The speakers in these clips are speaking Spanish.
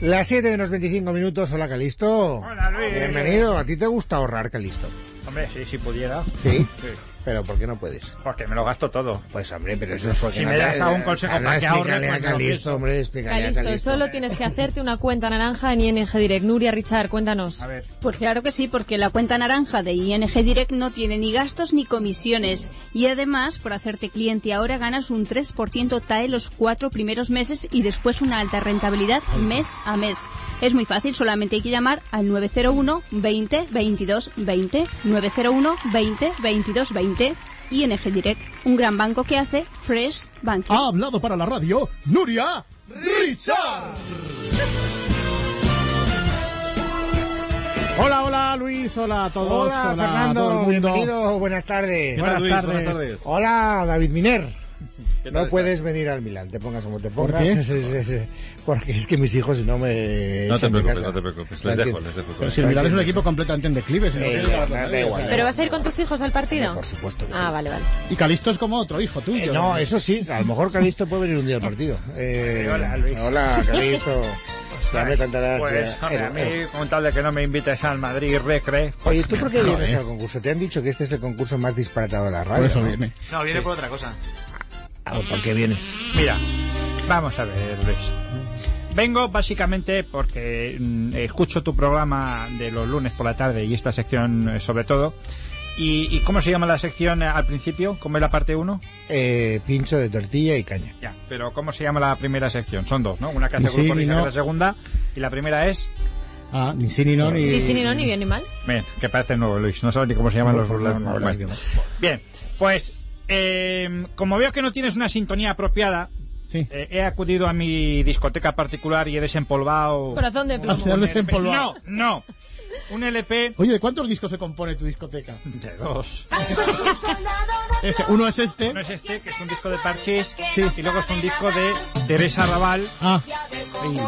Las 7 menos 25 minutos. Hola, Calisto. Hola, Luis. Bienvenido. ¿A ti te gusta ahorrar, Calisto? Hombre, sí, si pudiera. Sí. Sí. Pero ¿por qué no puedes? Porque me lo gasto todo. Pues, hombre, pero eso es porque... Si no me te- das a un consejo Ahora para que ahorre, explícale a pues, no lo Calisto, pienso. hombre, explícale a Calisto, Calisto. solo tienes que hacerte una cuenta naranja en ING Direct. Nuria, Richard, cuéntanos. A ver. Pues claro que sí, porque la cuenta naranja de ING Direct no tiene ni gastos ni comisiones. Y además, por hacerte cliente ahora ganas un 3% TAE los cuatro primeros meses y después una alta rentabilidad mes a mes. Es muy fácil, solamente hay que llamar al 901 20 22 20. 901 20 22 20. ING Direct, un gran banco que hace Fresh Banking. Ha hablado para la radio Nuria Richard. Hola, hola Luis, hola a todos, Hola, a Fernando. todo el mundo. Bienvenido. Buenas tardes. Buenas Hola, tardes. Luis, Hola, David Miner. No puedes venir al Milán, te pongas como te ¿Por pongas. qué? Es- es- es- porque es que mis hijos no me. No te echan de preocupes, casa. no te preocupes. Lo Les dejo, entiendo. les dejo. con Pero él. si el Milán es un equipo completamente en declive, si no Eh, quiere ya, la da tontería, igual, o sea. ¿Pero vas a ir con tus hijos al partido? Por supuesto. que Ah, sí. vale, vale. Y Calisto es como otro hijo Eh, tuyo. no, eso sí, a lo mejor Calisto puede venir un día al partido. Eh, Hola, Luis. Hola, Calisto. ya me contarás. eh, Pues, ya. hombre, a mí, con tal de que no me invites al Madrid Recre. Oye, ¿tú por qué No, vienes eh. al concurso? Te han dicho que este es el concurso más disparatado de la radio. Por eso ¿no? viene. No, viene por otra cosa. Ah, ¿Por qué vienes? Mira, vamos a ver, Luis. Vengo básicamente porque mm, escucho tu programa de los lunes por la tarde y esta sección eh, sobre todo. ¿Y, y cómo se llama la sección eh, al principio? ¿Cómo es la parte 1? Eh, pincho de tortilla y caña. Ya, pero ¿cómo se llama la primera sección? Son dos, ¿no? Una que hace Sí, grupo y Risa, que no. es la segunda y la primera es... Ah, ni sí ni no ni. Ni sí, ni no, ni bien, ni mal. Bien, que parece nuevo, Luis. No sabes ni cómo se llaman los Bueno, problemas. bueno, bueno. Bien, pues eh, como veo que no tienes una sintonía apropiada, Sí. eh, he acudido a mi discoteca particular y he desempolvado... Corazón de Has plomo. desempolvado. No, no. Un LP Oye, ¿de cuántos discos se compone tu discoteca? de dos. Ese, uno es este. Uno es este, que es un disco de Parchís, Sí. y luego es un disco de Teresa Raval. Ah, Y-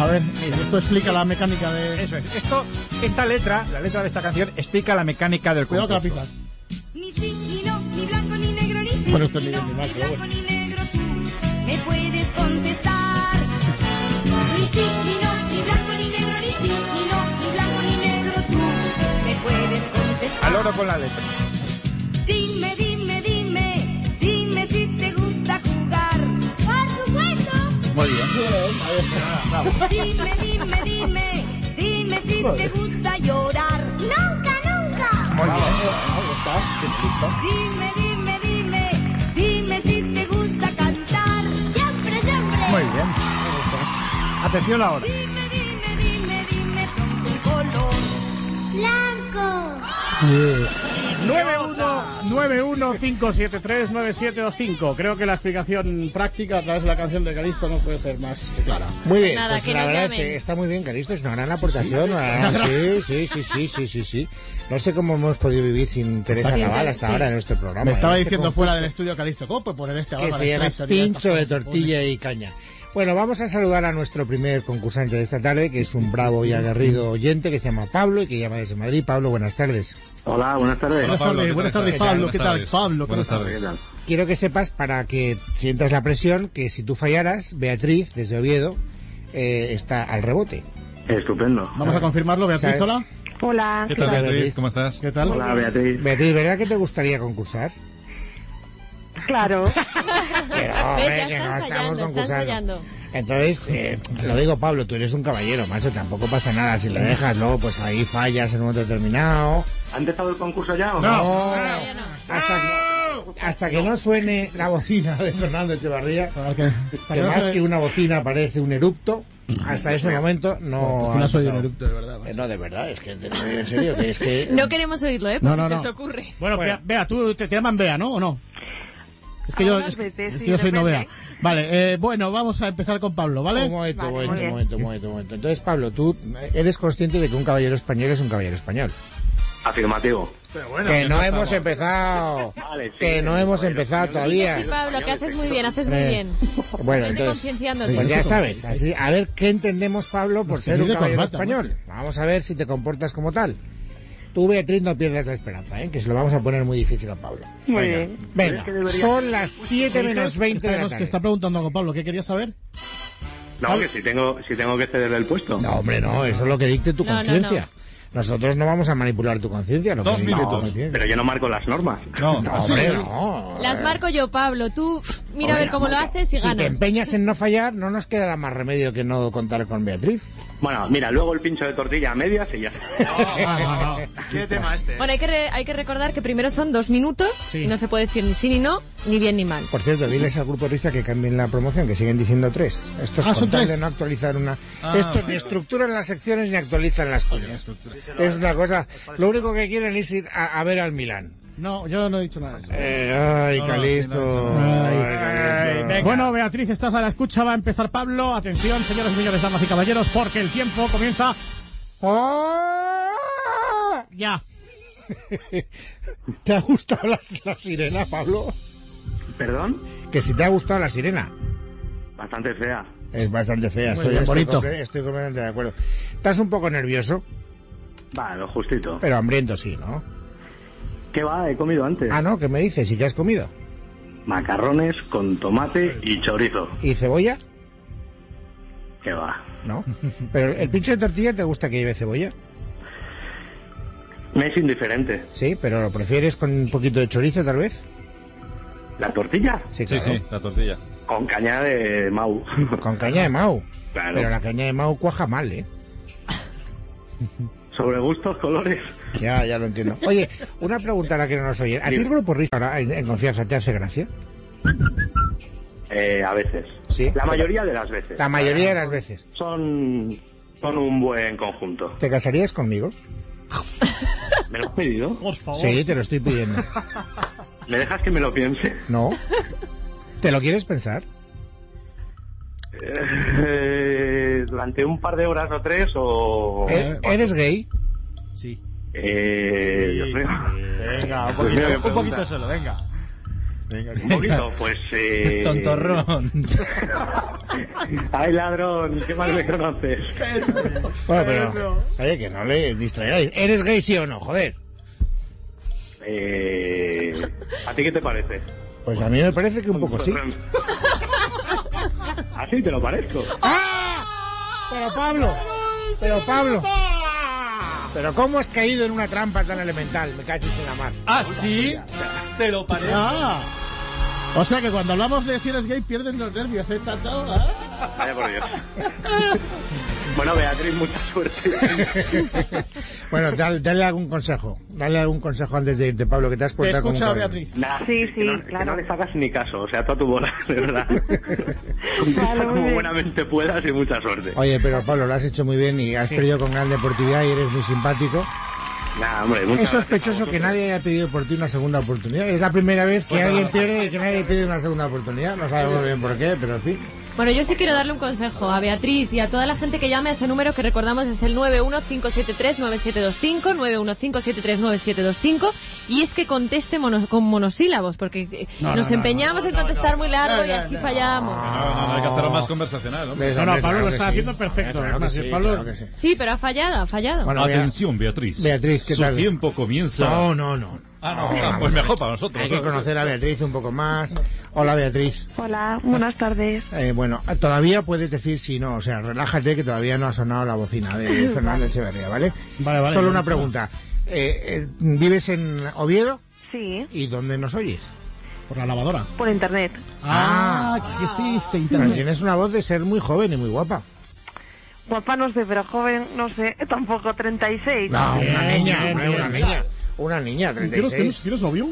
a ver, esto explica la mecánica de. Eso es. Esto, esta letra, la letra de esta canción, explica la mecánica del Cuidado con la concurso. pizza. Ni sí, ni no, ni blanco, ni negro, ni sí, Bueno, esto ni ni no, bien, ni mal, ni pero blanco, ni negro, tú me puedes contestar. Ni sí, ni no, ni blanco, ni negro, ni sí, ni no, ni blanco, ni negro, tú me puedes contestar. Al oro con la letra. Dime, dime, dime, dime si te gusta jugar. Por supuesto. Muy bien. Dime, dime, dime, dime si te gusta llorar. Nunca, nunca. Dime, dime, dime, dime si te gusta cantar. Siempre, siempre. Muy bien. Atención ahora. Dime, dime, dime, dime con tu color. Blanco. 91915739725. Creo que la explicación práctica a través de la canción de Calisto no puede ser más clara. Muy bien, Nada, pues que la nos verdad es llamen. que está muy bien, Calisto, es una gran aportación. una gran- Sí, sí, sí, sí, sí, sí, sí. No sé cómo hemos podido vivir sin Teresa Sin Naval Ter- hasta sí. ahora en nuestro programa. Me estaba En este diciendo fuera del concurso estudio Calisto, ¿cómo puede poner este Que Álvaro se llama Estrella? pincho de tortilla y caña. Bueno, vamos a saludar a nuestro primer concursante de esta tarde, que es un bravo y aguerrido oyente que se llama Pablo y que llama desde Madrid. Pablo, buenas tardes. Hola, buenas tardes. Buenas tardes, ¿qué buenas tal tardes, estás? Pablo, Buenas ¿qué tal, tardes. Pablo? ¿Cómo Buenas estás? ¿Qué tardes. tal? Quiero que sepas, para que sientas la presión, que si tú fallaras, Beatriz, desde Oviedo, eh, está al rebote. Estupendo. Vamos a confirmarlo, Beatriz, ¿Sabes? hola. Hola, ¿Qué ¿Qué tal, tal, Beatriz? Beatriz? ¿Cómo estás? ¿Qué tal? Hola, Beatriz. Beatriz, ¿verdad que te gustaría concursar? claro. Pero, hombre, Ves, ya que está no estamos ensayando, está concursando. ensayando. Entonces, eh, te lo digo Pablo, tú eres un caballero, macho, tampoco pasa nada si lo dejas, luego pues ahí fallas en un momento determinado. ¿Ha empezado el concurso ya o No. Todavía no. Hasta que, hasta que no suene la bocina de Fernando Echevarría, Para que- hasta que no más se- que una bocina parece un erupto, hasta ese momento no... Pues que no ha soy un empezado. erupto, de verdad. Eh, No, de verdad, es que te lo digo en serio, que es que... No queremos oírlo, ¿eh? Por No, si no, se no. os ocurre. Bueno, Bea, Bea, tú te, te llaman Bea, ¿no? ¿O no? Es que yo, Algunas es que, veces, es sí, que yo soy no Bea. depende. Vale, eh, bueno, vamos a empezar con Pablo, Un ¿vale? momento, Vale, un momento, un muy bien. momento, un momento, un momento. Entonces, Pablo, tú eres consciente de que un caballero español es un caballero español. Afirmativo. que no hemos empezado. Vale, sí, que no sí, hemos bueno, empezado sí, todavía. Sí, Pablo, que haces muy bien, haces muy Eh, bien. Bueno, Vete entonces. concienciándote. Pues ya sabes, así, a ver qué entendemos, Pablo, por Nos ser un tenéis de caballero corbata, español. Vamos a ver si te comportas como tal. Tú, Beatriz, no pierdas la esperanza, ¿eh? que se lo vamos a poner muy difícil a Pablo. Muy Venga, bien. Venga, son las 7 Fijos, menos 20 de la fijaros que tarde. está preguntando con Pablo, ¿qué quería saber? No, que si tengo, si tengo que ceder el puesto. No, hombre, no, eso es lo que dicte tu No, no, conciencia. Nosotros no vamos a manipular tu conciencia. lo que Dos dicte tu minutos. conciencia. Pero yo no marco las normas. No, Ah, No, así. hombre, no. Las marco yo, Pablo. Tú mira a ver cómo lo haces y Si te ganas. empeñas en no fallar, no nos quedará más remedio que no contar con Beatriz. Bueno, mira, luego el pincho de tortilla a medias y ya está. no, no. ¿Qué tema este? Bueno, hay que, re- hay que recordar que primero son dos minutos Sí. y no se puede decir ni sí ni no, ni bien ni mal. Por cierto, diles al grupo Risa que cambien la promoción, que siguen diciendo tres. Esto es Ah, con son tal tres. de no actualizar una. Ah, Estos ni vale. estructuran las secciones ni actualizan las cosas. Es una cosa. Lo único que quieren es ir a, a ver al Milán. No, yo no he dicho nada. de eso. Eh, ay, No, no, Calisto. no, no. Ay, Ay, Calisto. venga. Bueno, Beatriz, estás a la escucha, va a empezar Pablo. Atención, señoras y señores, damas y caballeros, porque el tiempo comienza ¡Ah! ya. ¿Te ha gustado la, la sirena, Pablo? ¿Perdón? Que si te ha gustado la sirena. Bastante fea. Es bastante fea, estoy, bien, estoy bonito. comple- estoy completamente de acuerdo. Estás un poco nervioso, Va, lo justito. pero hambriento sí, ¿no? ¿Qué va? He comido antes. Ah, no, ¿qué me dices? ¿Y qué has comido? Macarrones con tomate y chorizo. ¿Y cebolla? ¿Qué va? No. Pero el pincho de tortilla te gusta que lleve cebolla, Me es indiferente. sí, pero lo prefieres con un poquito de chorizo tal vez. ¿La tortilla? Sí, Sí, claro. sí, la tortilla. Con caña de Mau. Con caña de Mau. Claro. Pero la caña de Mau cuaja mal, ¿eh? Sobre gustos, colores. Ya, ya lo entiendo. Oye, una pregunta a la que no nos oyen. ¿A ti el grupo Risa ahora, en, en confianza, te hace gracia? Eh, a veces. Sí. La mayoría de las veces. La mayoría de las veces. Son, son un buen conjunto. ¿Te casarías conmigo? ¿Me lo has pedido? Por favor. Sí, te lo estoy pidiendo. ¿Me dejas que me lo piense? No. ¿Te lo quieres pensar? Eh, durante un par de horas o tres o... ¿E- ¿Eres gay? Sí. Eh, Dios mío. Venga, Pues un Dios mío, poquito, qué un pregunta. poquito solo, venga. Venga, Un poquito, pues... Eh... Tontorrón. Ay, ladrón, qué mal me conoces. Bueno, pero... Oye, que Eh, no le distraigáis. ¿Eres gay sí o no? Joder. Eh... ¿A ti qué te parece? Pues a mí me parece que un poco sí. Así te lo parezco. Pero Pablo, pero Pablo. Pero cómo has caído en una trampa tan elemental, me cachis en la mar. ¿Ah, sí? Te lo parece. Ah. O sea que cuando hablamos de si eres gay pierdes los nervios, ¿eh, chato? Ah. Vaya por Dios. Bueno, Beatriz, mucha suerte. Bueno, dal- dale algún consejo. Dale algún consejo antes de irte, Pablo, que te has Te he portado como Pues un escuchado, cabrón. Beatriz. Nah, Sí, que sí, no, que claro. no le sacas ni caso, o sea, tú a tu bola, de verdad. Vale, muy como bien. buenamente puedas y mucha suerte. Oye, pero Pablo, lo has hecho muy bien y has perdido con gran deportividad y eres muy simpático. Nah, hombre, muchas Es gracias a sospechoso vosotros. que nadie haya pedido por ti una segunda oportunidad. Es la primera vez Pues que alguien pierde y que nadie pide una segunda oportunidad. No sabemos bien por qué, pero sí. Bueno, yo sí quiero darle un consejo a Beatriz y a toda la gente que llame a ese número que recordamos es el 915739725, 915739725, y es que conteste mono- con monosílabos, porque eh, nos empeñamos en contestar muy largo y así fallamos. No, no, no, Ah, hay que hacerlo más conversacional, hombre. No, no, Pablo Claro lo que está sí. haciendo perfecto. Claro que Además, sí, Pablo- claro que sí. Sí, pero ha fallado, ha fallado. Bueno, Bea- Atención, Beatriz. Beatriz, ¿qué Su tal? tiempo comienza. No, no, no. Ah, No, no, ah, vamos pues a ver. mejor para nosotros. Hay que conocer a Beatriz un poco más. Hola, Beatriz. Hola, buenas tardes. Eh, bueno, todavía puedes decir si no, o sea, relájate que todavía no ha sonado la bocina de Fernando Echeverría, ¿vale? Vale, vale, Solo una no, pregunta. Eh, eh, ¿Vives en Oviedo Sí, y dónde nos oyes? Por la lavadora. por internet. Ah. Ah, que sí existe Pero internet. tienes una voz de ser muy joven y muy guapa. Guapa no sé, pero joven no sé, tampoco 36. No, Bien, una niña, bien, hombre, una bien. niña. Una niña, ¿Tienes, tienes, 36. tienes novio?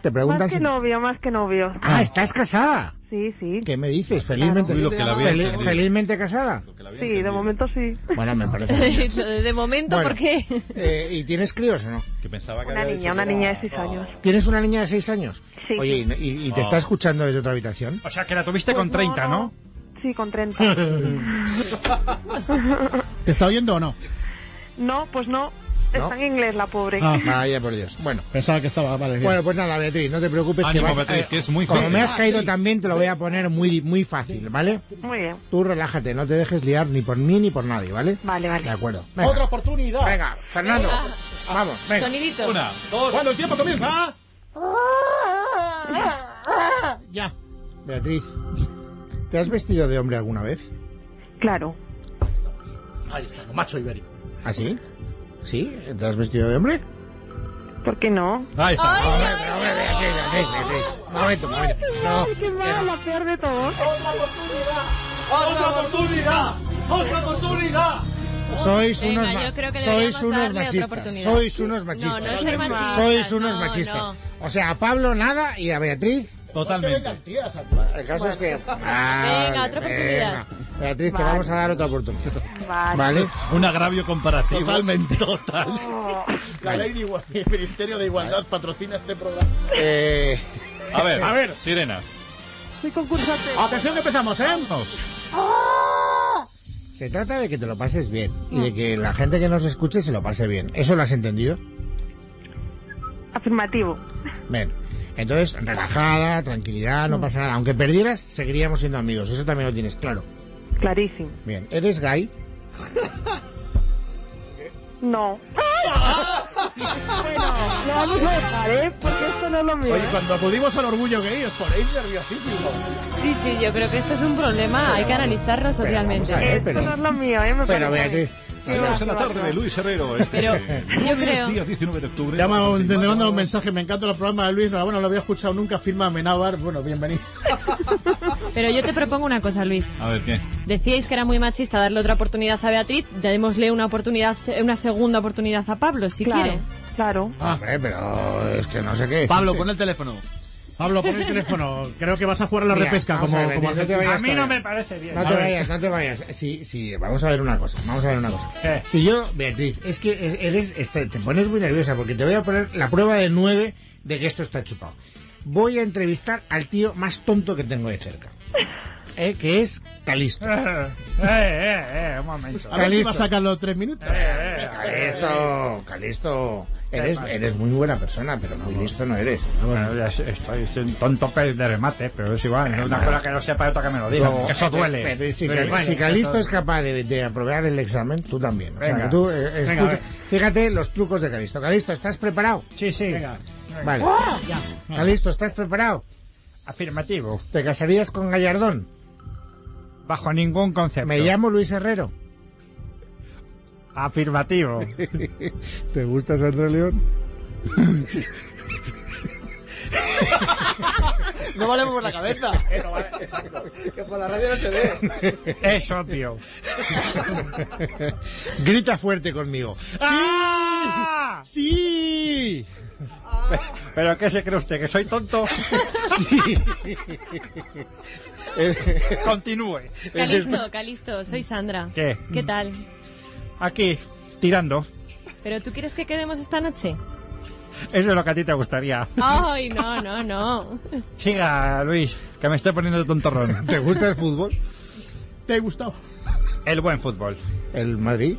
Te preguntan Más que si... novio, más que novio. Ah, ¿estás casada? Sí, sí. ¿Qué me dices? Felizmente, Uy, lo que la había Fel- entendido. felizmente casada. Sí, de momento sí. Bueno, me parece. de momento, Bueno, porque eh, ¿Y tienes críos o no? Que pensaba que Una había niña, dicho una que niña era- de 6 años. ¿Tienes una niña de seis años? Sí. Oye, ¿y, y- y te Ah. está escuchando desde otra habitación? O sea, que la tuviste con Pues 30, ¿no? Sí, con 30. ¿Te está oyendo o no? no, pues no. Está en inglés la pobre. Ah. Vaya por Dios. Bueno. Pensaba que estaba, vale. bien. Bueno, pues nada, Beatriz, no te preocupes Ánimo, que vas- Beatriz, eh, que es muy Como fácil. me has caído también, te lo voy a poner muy, muy fácil, ¿vale? Muy bien. Tú relájate, no te dejes liar ni por mí ni por nadie, ¿vale? Vale, De vale. acuerdo. Otra Venga, oportunidad. Venga, Fernando. Vamos, venga. sonidito. Una, dos. Cuando el tiempo comienza. Ya. Beatriz, ¿Te has vestido de hombre alguna vez? Claro. Ahí está, como macho ibérico. ¿Así? ¿Ah, ¿Sí? ¿Te has vestido de hombre? ¿Por qué no? Ahí está. Ay, Hombre, ay, pero hombre, ve aquí, ve aquí, ve aquí. Un momento, un momento. No. ¡Qué mal, la peor de todos! ¡Otra oportunidad! ¡Otra oportunidad! Sois Venga, unos, yo ma- creo que sois deberíamos unos darle otra machistas. oportunidad. Sois unos machistas. No, no soy machista, Sois unos no, machistas. no. O sea, a Pablo nada y a Beatriz. Totalmente. El caso es que. Vale, venga. otra oportunidad. Beatriz, te Vale. vamos a dar otra oportunidad. Vale. ¿Vale? Un agravio comparativo. Totalmente. Total. Oh, La ley de igual- el Ministerio de Igualdad patrocina este programa. Eh, A ver, A a ver. Sirena. soy concursante. Atención que empezamos, ¿eh? Vamos. se trata de que te lo pases bien y de que la gente que nos escuche se lo pase bien. ¿Eso lo has entendido? Afirmativo. Bien. Entonces, relajada, tranquilidad, no pasa nada. Aunque perdieras, seguiríamos siendo amigos. Eso también lo tienes claro. Clarísimo. Bien. ¿Eres gay? No. bueno, lo vamos a dejar, ¿eh? Porque esto no es lo mío. ¿eh? Oye, cuando acudimos al orgullo gay os ponéis nerviosísimos. Sí, sí, yo creo que esto es un problema, hay que analizarlo pero vamos a socialmente. ver. Esto pero- no es lo mío, ¿eh? Me Pero parece a mí. Beatriz, Qué Tenemos va, en la qué va, tarde qué va. de Luis Herrero. Este Pero yo lunes, creo- día 19 de octubre. Llama un, te Confirmado. manda un mensaje, me encanta los programas de Luis Nora. no lo había escuchado nunca, firma Menábar, bueno, bienvenido. Pero yo te propongo una cosa, Luis. A ver, ¿qué? Decíais que era muy machista darle otra oportunidad a Beatriz, démosle una oportunidad, una segunda oportunidad a Pablo, si Claro, quiere. claro. Ah, Hombre, pero es que no sé qué. Pablo, con el teléfono. Pablo, pon el teléfono, creo que vas a jugar a la Mira, repesca vamos como, a ver, como no te Argentina. vayas A mí no todavía. me parece bien. No te vayas, no te vayas. Sí, sí, vamos a ver una cosa, vamos a ver una cosa. ¿Qué? Si yo, Beatriz, es que eres, este, te pones muy nerviosa porque te voy a poner la prueba de nueve de que esto está chupado. Voy a entrevistar al tío más tonto que tengo de cerca, ¿eh? que es Calisto. Eh, eh, eh, un momento. A ver si va a Calisto. sacarlo tres minutos. Eh, eh, Calisto, Calisto, eres, Epa. eres muy buena persona, pero muy listo no eres. Bueno, ya sé, estoy, soy un tonto pez de remate, pero es igual. Una cosa que no sepa y otra que me lo diga. Luego, que eso duele. pero si, Duele, Cal- duele, si Calisto eso- es capaz de, de aprobar el examen, tú también. O sea, Venga. que tú, eh, escucha- Venga, a ver. fíjate los trucos de Calisto. Calisto, ¿estás preparado? Sí, sí. Venga. Vale. Calisto, ¿estás preparado? Afirmativo. ¿Te casarías con Gallardón? Bajo ningún concepto. Me llamo Luis Herrero. Afirmativo. ¿Te gusta Sandra León? No valemos por la cabeza. Que por la radio no se ve. es obvio. Grita fuerte conmigo. ¡Ah! ¡Sí! Ah. ¿Pero qué se cree usted? ¿Que soy tonto? Continúe. Calisto, Calisto, soy Sandra. ¿Qué? ¿Qué tal? Aquí, tirando. ¿Pero tú quieres que quedemos esta noche? Eso es lo que a ti te gustaría. Ay, no, no, no. Siga, Luis, que me estoy poniendo tontorrón. ¿Te gusta el fútbol? ¿Te ha gustado? El buen fútbol. ¿El Madrid?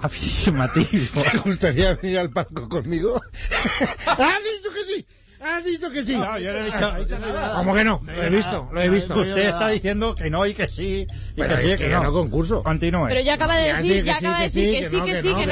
Afirmativo. ¿Te gustaría venir al palco conmigo? ¡Has dicho que sí! ¡Has dicho que sí! No, yo no he dicho- no he dicho nada. ¿Cómo que no? Lo he visto, lo he visto. Usted está diciendo que no y que sí. Y Pero que sí es y que, que no. no concurso. Continúe. Pero ya acaba de Ya decir, sí, ya sí, acaba de decir que sí, que sí, que no,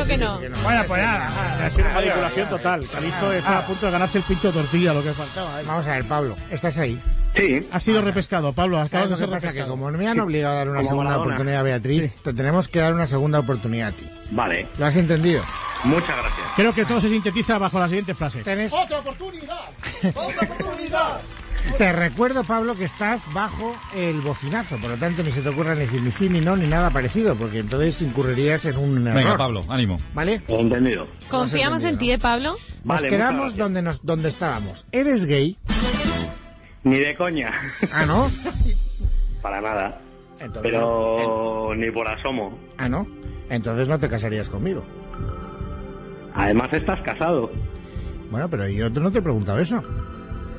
que no. sí, que no. Bueno, pues nada. Ha sido una manipulación total. Calisto está a punto de ganarse el pincho tortilla, lo que faltaba. ¿eh? pues, Vamos a ver, Pablo, estás ahí. Sí, Ha sido repescado, Pablo, acabas ¿Sabes lo de que ser pasa? Que repescado. como me han obligado a dar una Como segunda Maradona. oportunidad a Beatriz, te tenemos que dar una segunda oportunidad a ti. vale. ¿Lo has entendido? Muchas gracias. Creo que todo se sintetiza bajo la siguiente frase. Tenés- ¡Otra oportunidad! ¡Otra oportunidad! Te recuerdo, Pablo, que estás bajo el bocinazo. Por lo tanto, ni se te ocurra decir ni sí, ni no, ni nada parecido, porque entonces incurrirías en un error. Venga, Pablo, ánimo. ¿Vale? Entendido. Confiamos en ti, ¿eh, Pablo? Nos Vale, quedamos muchas gracias. donde, nos, donde estábamos. ¿Eres gay? Ni de coña. Ah, no. Para nada. Entonces, Pero ni por asomo. Ah, no. Entonces no te casarías conmigo. Además estás casado. Bueno, pero yo no te he preguntado eso.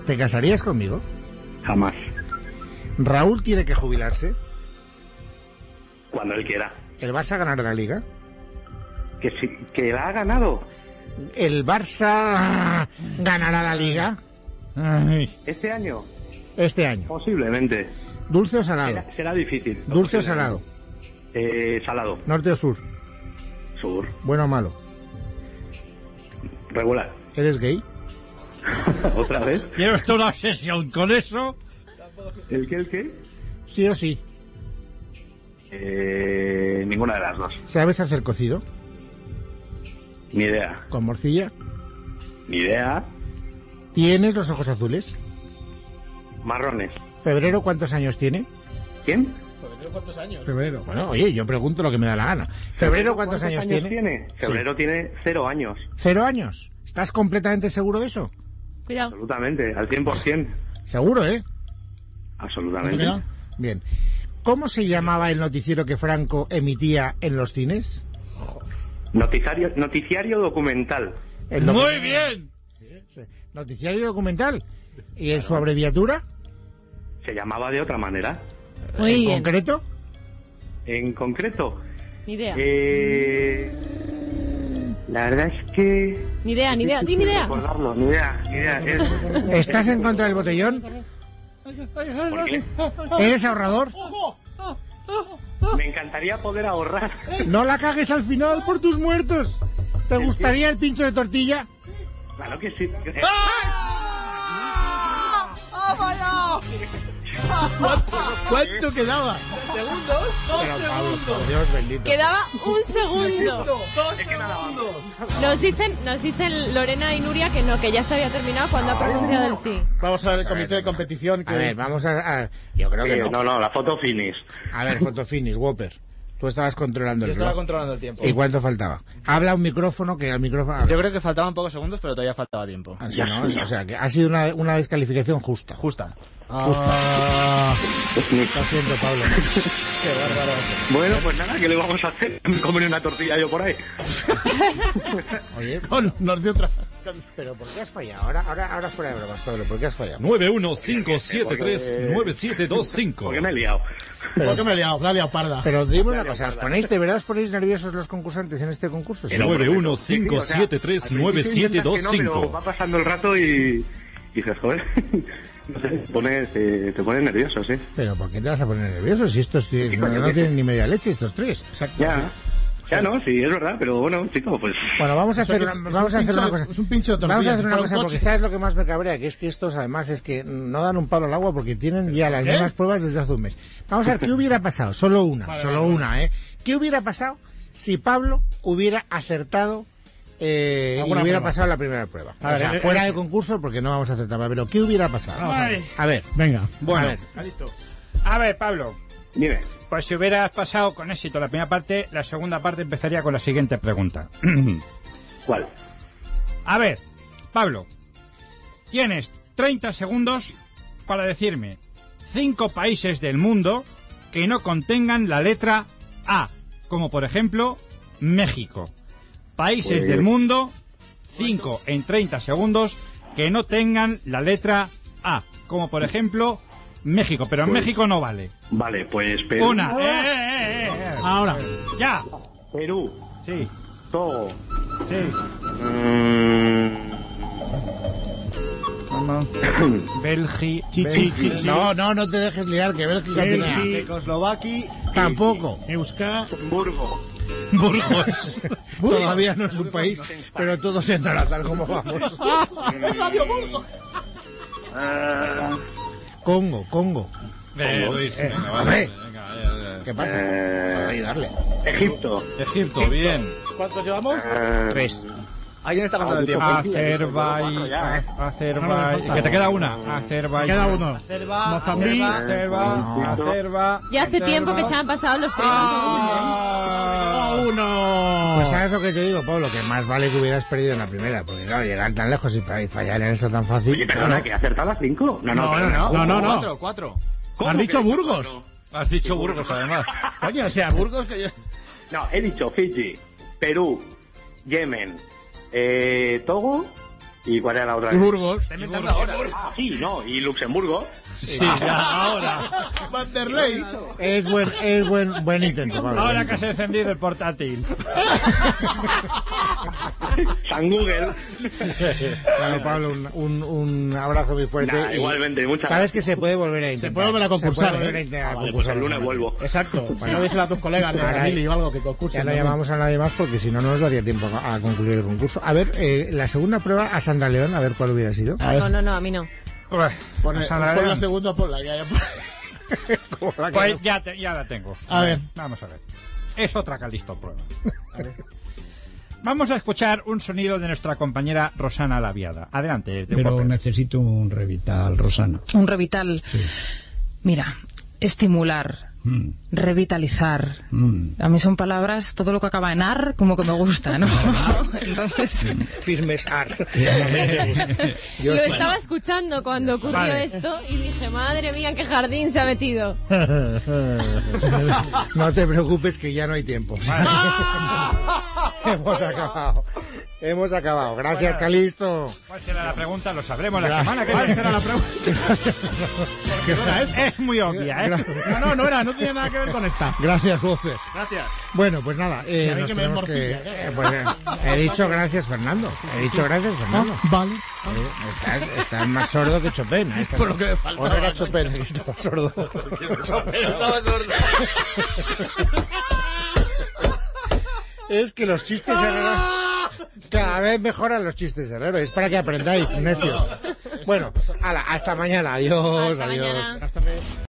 ¿Te casarías conmigo? Jamás. Raúl tiene que jubilarse. Cuando él quiera. El Barça ganará la liga. Que, sí, que la ha ganado. El Barça ganará la liga Ay, Este año. este año. Posiblemente. Dulce o salado. Será, será difícil. Dulce o salado. Eh, salado. Norte o sur. Sur. Bueno o malo. Regular. ¿Eres gay? ¿Otra vez? ¿Tiene usted una obsesión con eso? ¿El qué, el qué? Sí o sí. Eh, ninguna de las dos. ¿Sabes hacer cocido? Ni idea. ¿Con morcilla? Ni idea. ¿Tienes los ojos azules? Marrones. ¿Febrero cuántos años tiene? ¿Quién? ¿Cuántos años? Febrero. Bueno, oye, yo pregunto lo que me da la gana. ¿Febrero cuántos, años, tiene? Febrero tiene cero años. ¿Cero años? ¿Estás completamente seguro de eso? Cuidado. Absolutamente, al Pues, 100%. Seguro, ¿eh? Absolutamente. Bien. ¿Cómo se llamaba el noticiero que Franco emitía en los cines? Noticiario, noticiario documental. El docu- bien! Noticiario documental. ¿Y en su abreviatura? Se llamaba de otra manera. Muy ¿En bien. concreto? En concreto, Ni idea. eh, la verdad es que... Ni idea, ni idea. Di ni idea. Recordarlo, ni idea, ni idea. Es- ¿Estás en contra del botellón? ¿Por qué? ¿Eres ahorrador? Me encantaría poder ahorrar. No la cagues al final por tus muertos. ¿Te gustaría el pincho de tortilla? Claro que sí. Eh, ¿Cuánto quedaba? ¿Segundos? Dos segundos. Dios bendito. Quedaba un segundo. Dos segundos. Nos dicen, nos dicen Lorena y Nuria que no, que ya se había terminado cuando ha pronunciado el sí. Vamos a ver el comité de competición que A ver, vamos a... a- yo creo que Eh, no. no, no, la foto finish. A ver, Fotofinis, Whopper. Tú estabas controlando Yo el estaba reloj. controlando el tiempo. ¿Y cuánto faltaba? Habla un micrófono que al micrófono... a ver. Yo creo que faltaban pocos segundos, pero todavía faltaba tiempo. Así, ¿no? O sea, que ha sido una, una descalificación justa. Ah, Justa. Justa. Lo siento, Pablo. Qué bárbaro. Bueno, pues nada, ¿qué le vamos a hacer? Me comeré una tortilla yo por ahí. Oye, con- nos dio otra. pero ¿por qué has fallado? Ahora, ahora, ahora fuera de bromas, Pablo, ¿por qué has fallado? 915739725. Porque me he liado. ¿Por qué me he liado? Me he liado parda. Pero dime una cosa, ¿os ponéis, de verdad os ponéis nerviosos los concursantes en este concurso? Sí. El hombre. 915739725. Sí, sí, o sea, al principio intentas que no, pero va pasando el rato y, y dices, joder, no sé, te pones, eh, te pones nervioso, sí. Pero ¿por qué te vas a poner nervioso si estos tíos no, no tienen ni media leche estos tres? Exacto. Ya, ya no, sí, es verdad, pero bueno, chico, pues... Bueno, vamos a O sea, hacer, que es- una- es vamos un a hacer pincho una de- cosa. es un pincho de tortilla, Vamos a hacer si una fuera un cosa, coche. porque sabes lo que más me cabrea, que es que estos además es que no dan un palo al agua porque tienen ya las mismas pruebas desde hace un mes. Vamos a ver, ¿qué hubiera pasado? Solo una, Vale, solo vale, una, ¿eh? ¿Qué hubiera pasado si Pablo hubiera acertado eh, y Alguna hubiera prueba. pasado la primera prueba? A ver, o sea, eh, eh, fuera eh, de concurso porque no vamos a acertar, pero ¿qué hubiera pasado? Vamos a ver. A ver, Venga. bueno. listo. A ver, Pablo. Dime, Pues si hubieras pasado con éxito la primera parte, la segunda parte empezaría con la siguiente pregunta. ¿cuál? A ver, Pablo, tienes 30 segundos para decirme cinco países del mundo que no contengan la letra A, como por ejemplo México. Países Pues- del mundo, 5 en 30 segundos, que no tengan la letra A, como por ejemplo México, pero en Pues- México no vale. Vale, pues Perú. Una. Eh, eh, eh, eh, eh. Ahora. Ya. Perú, Sí, Togo. sí. Belgi, Belgi- No, no, no te dejes liar, que Bélgica Sí, tiene eh, A. sí. Checoslovaquia. Tampoco. Euskadi. Burgo. Burgos. Todavía no es un país, pero todos entran a tal como vamos. Ah, Congo, Congo. Eh, Luis, Eh, venga, hombre. vale, venga, eh, eh. ¿Qué pasa? Eh. Vamos a ayudarle. Egipto. Egipto, bien. ¿Cuántos llevamos? Ah, Tres. ¿Alguien Ah, está contando el tiempo? ¿eh? Azerbaiyán, Azerbaiyán, que te queda una, Azerbaiyán, Queda uno. Cerva, Mozambique. Cerva. Azerba, Azerba, Ya hace tiempo que se han pasado los 30 segundos. Ah, Uno. Pues sabes lo que te digo, Pablo, que más vale que hubieras perdido en la primera, porque claro, llegar tan lejos y fa- y fallar en esta tan fácil. Oye, perdona, que he acertado las cinco. No, no, perdona. No, no, no. Cuatro, cuatro. ¿Cómo Has que- dicho Burgos. Has dicho Burgos, además. Coño, o sea, Burgos que yo... No, he dicho Fiji, Perú, Yemen, eh, Togo y ¿cuál era la otra? Burgos. Ah, sí, no, y Luxemburgo. Sí, ahora. Vanderlei. Es buen, es buen, buen intento, Pablo. Ahora que se ha encendido el portátil. San Google. Bueno, Pablo, un, un, un abrazo muy fuerte. Nah, y igualmente, muchas Sabes gracias. que se puede volver a intentar. puede volver a concursar, Se puede volver a ¿eh? intentar Ah, vale, pues concursar. el lunes vuelvo. Exacto. Para no désela a tus colegas de Caray. Brasil o algo que concursen. Ya no también. llamamos a nadie más porque si no, no nos daría tiempo a a concluir el concurso. A ver, eh, la segunda prueba a Sandra León, a ver cuál hubiera sido. A ver. No, no, no, a mí no. Pon, Nos pon la alargamos. segunda, por la que haya. Como Ah, la que Pues no- ya, te- ya la tengo. A ver. Vamos a ver. Es otra Calisto prueba. Vamos a escuchar un sonido de nuestra compañera Rosana Laviada. Adelante. de Pero Whopper. necesito un revital, Rosana. Un revital. Mira, estimular, Mm, revitalizar. mm. A mí son palabras, todo lo que acaba en ar, como que me gusta, ¿no? Entonces, Firmes ar. Lo estaba escuchando cuando ocurrió Vale. esto y dije, madre mía, en qué jardín se ha metido. No te preocupes que ya no hay tiempo. Hemos acabado. Hemos acabado. Gracias, Calisto. ¿Cuál será la pregunta? Lo sabremos la Gra- semana que ¿Cuál viene. será la Porque no era esta. es muy obvia, ¿eh? Gra- No, no, no era, no tenía nada que ver con esta. Gracias, Bofe. Gracias. Bueno, pues nada. Eh, Ya vi nos que me tenemos que- morcilla, eh, pues, eh, he dicho gracias, Fernando. He dicho gracias, Fernando. Ah, vale. Eh, Estás, estás más sordo que Chopin. ¿eh? Por lo que me faltaba. O no era Chopin, que estaba sordo. Estaba sordo. Es que los chistes herreros... Cada vez mejoran los chistes herreros. Es para que aprendáis, necios. Bueno, ala, hasta mañana. Adiós, adiós. Hasta luego.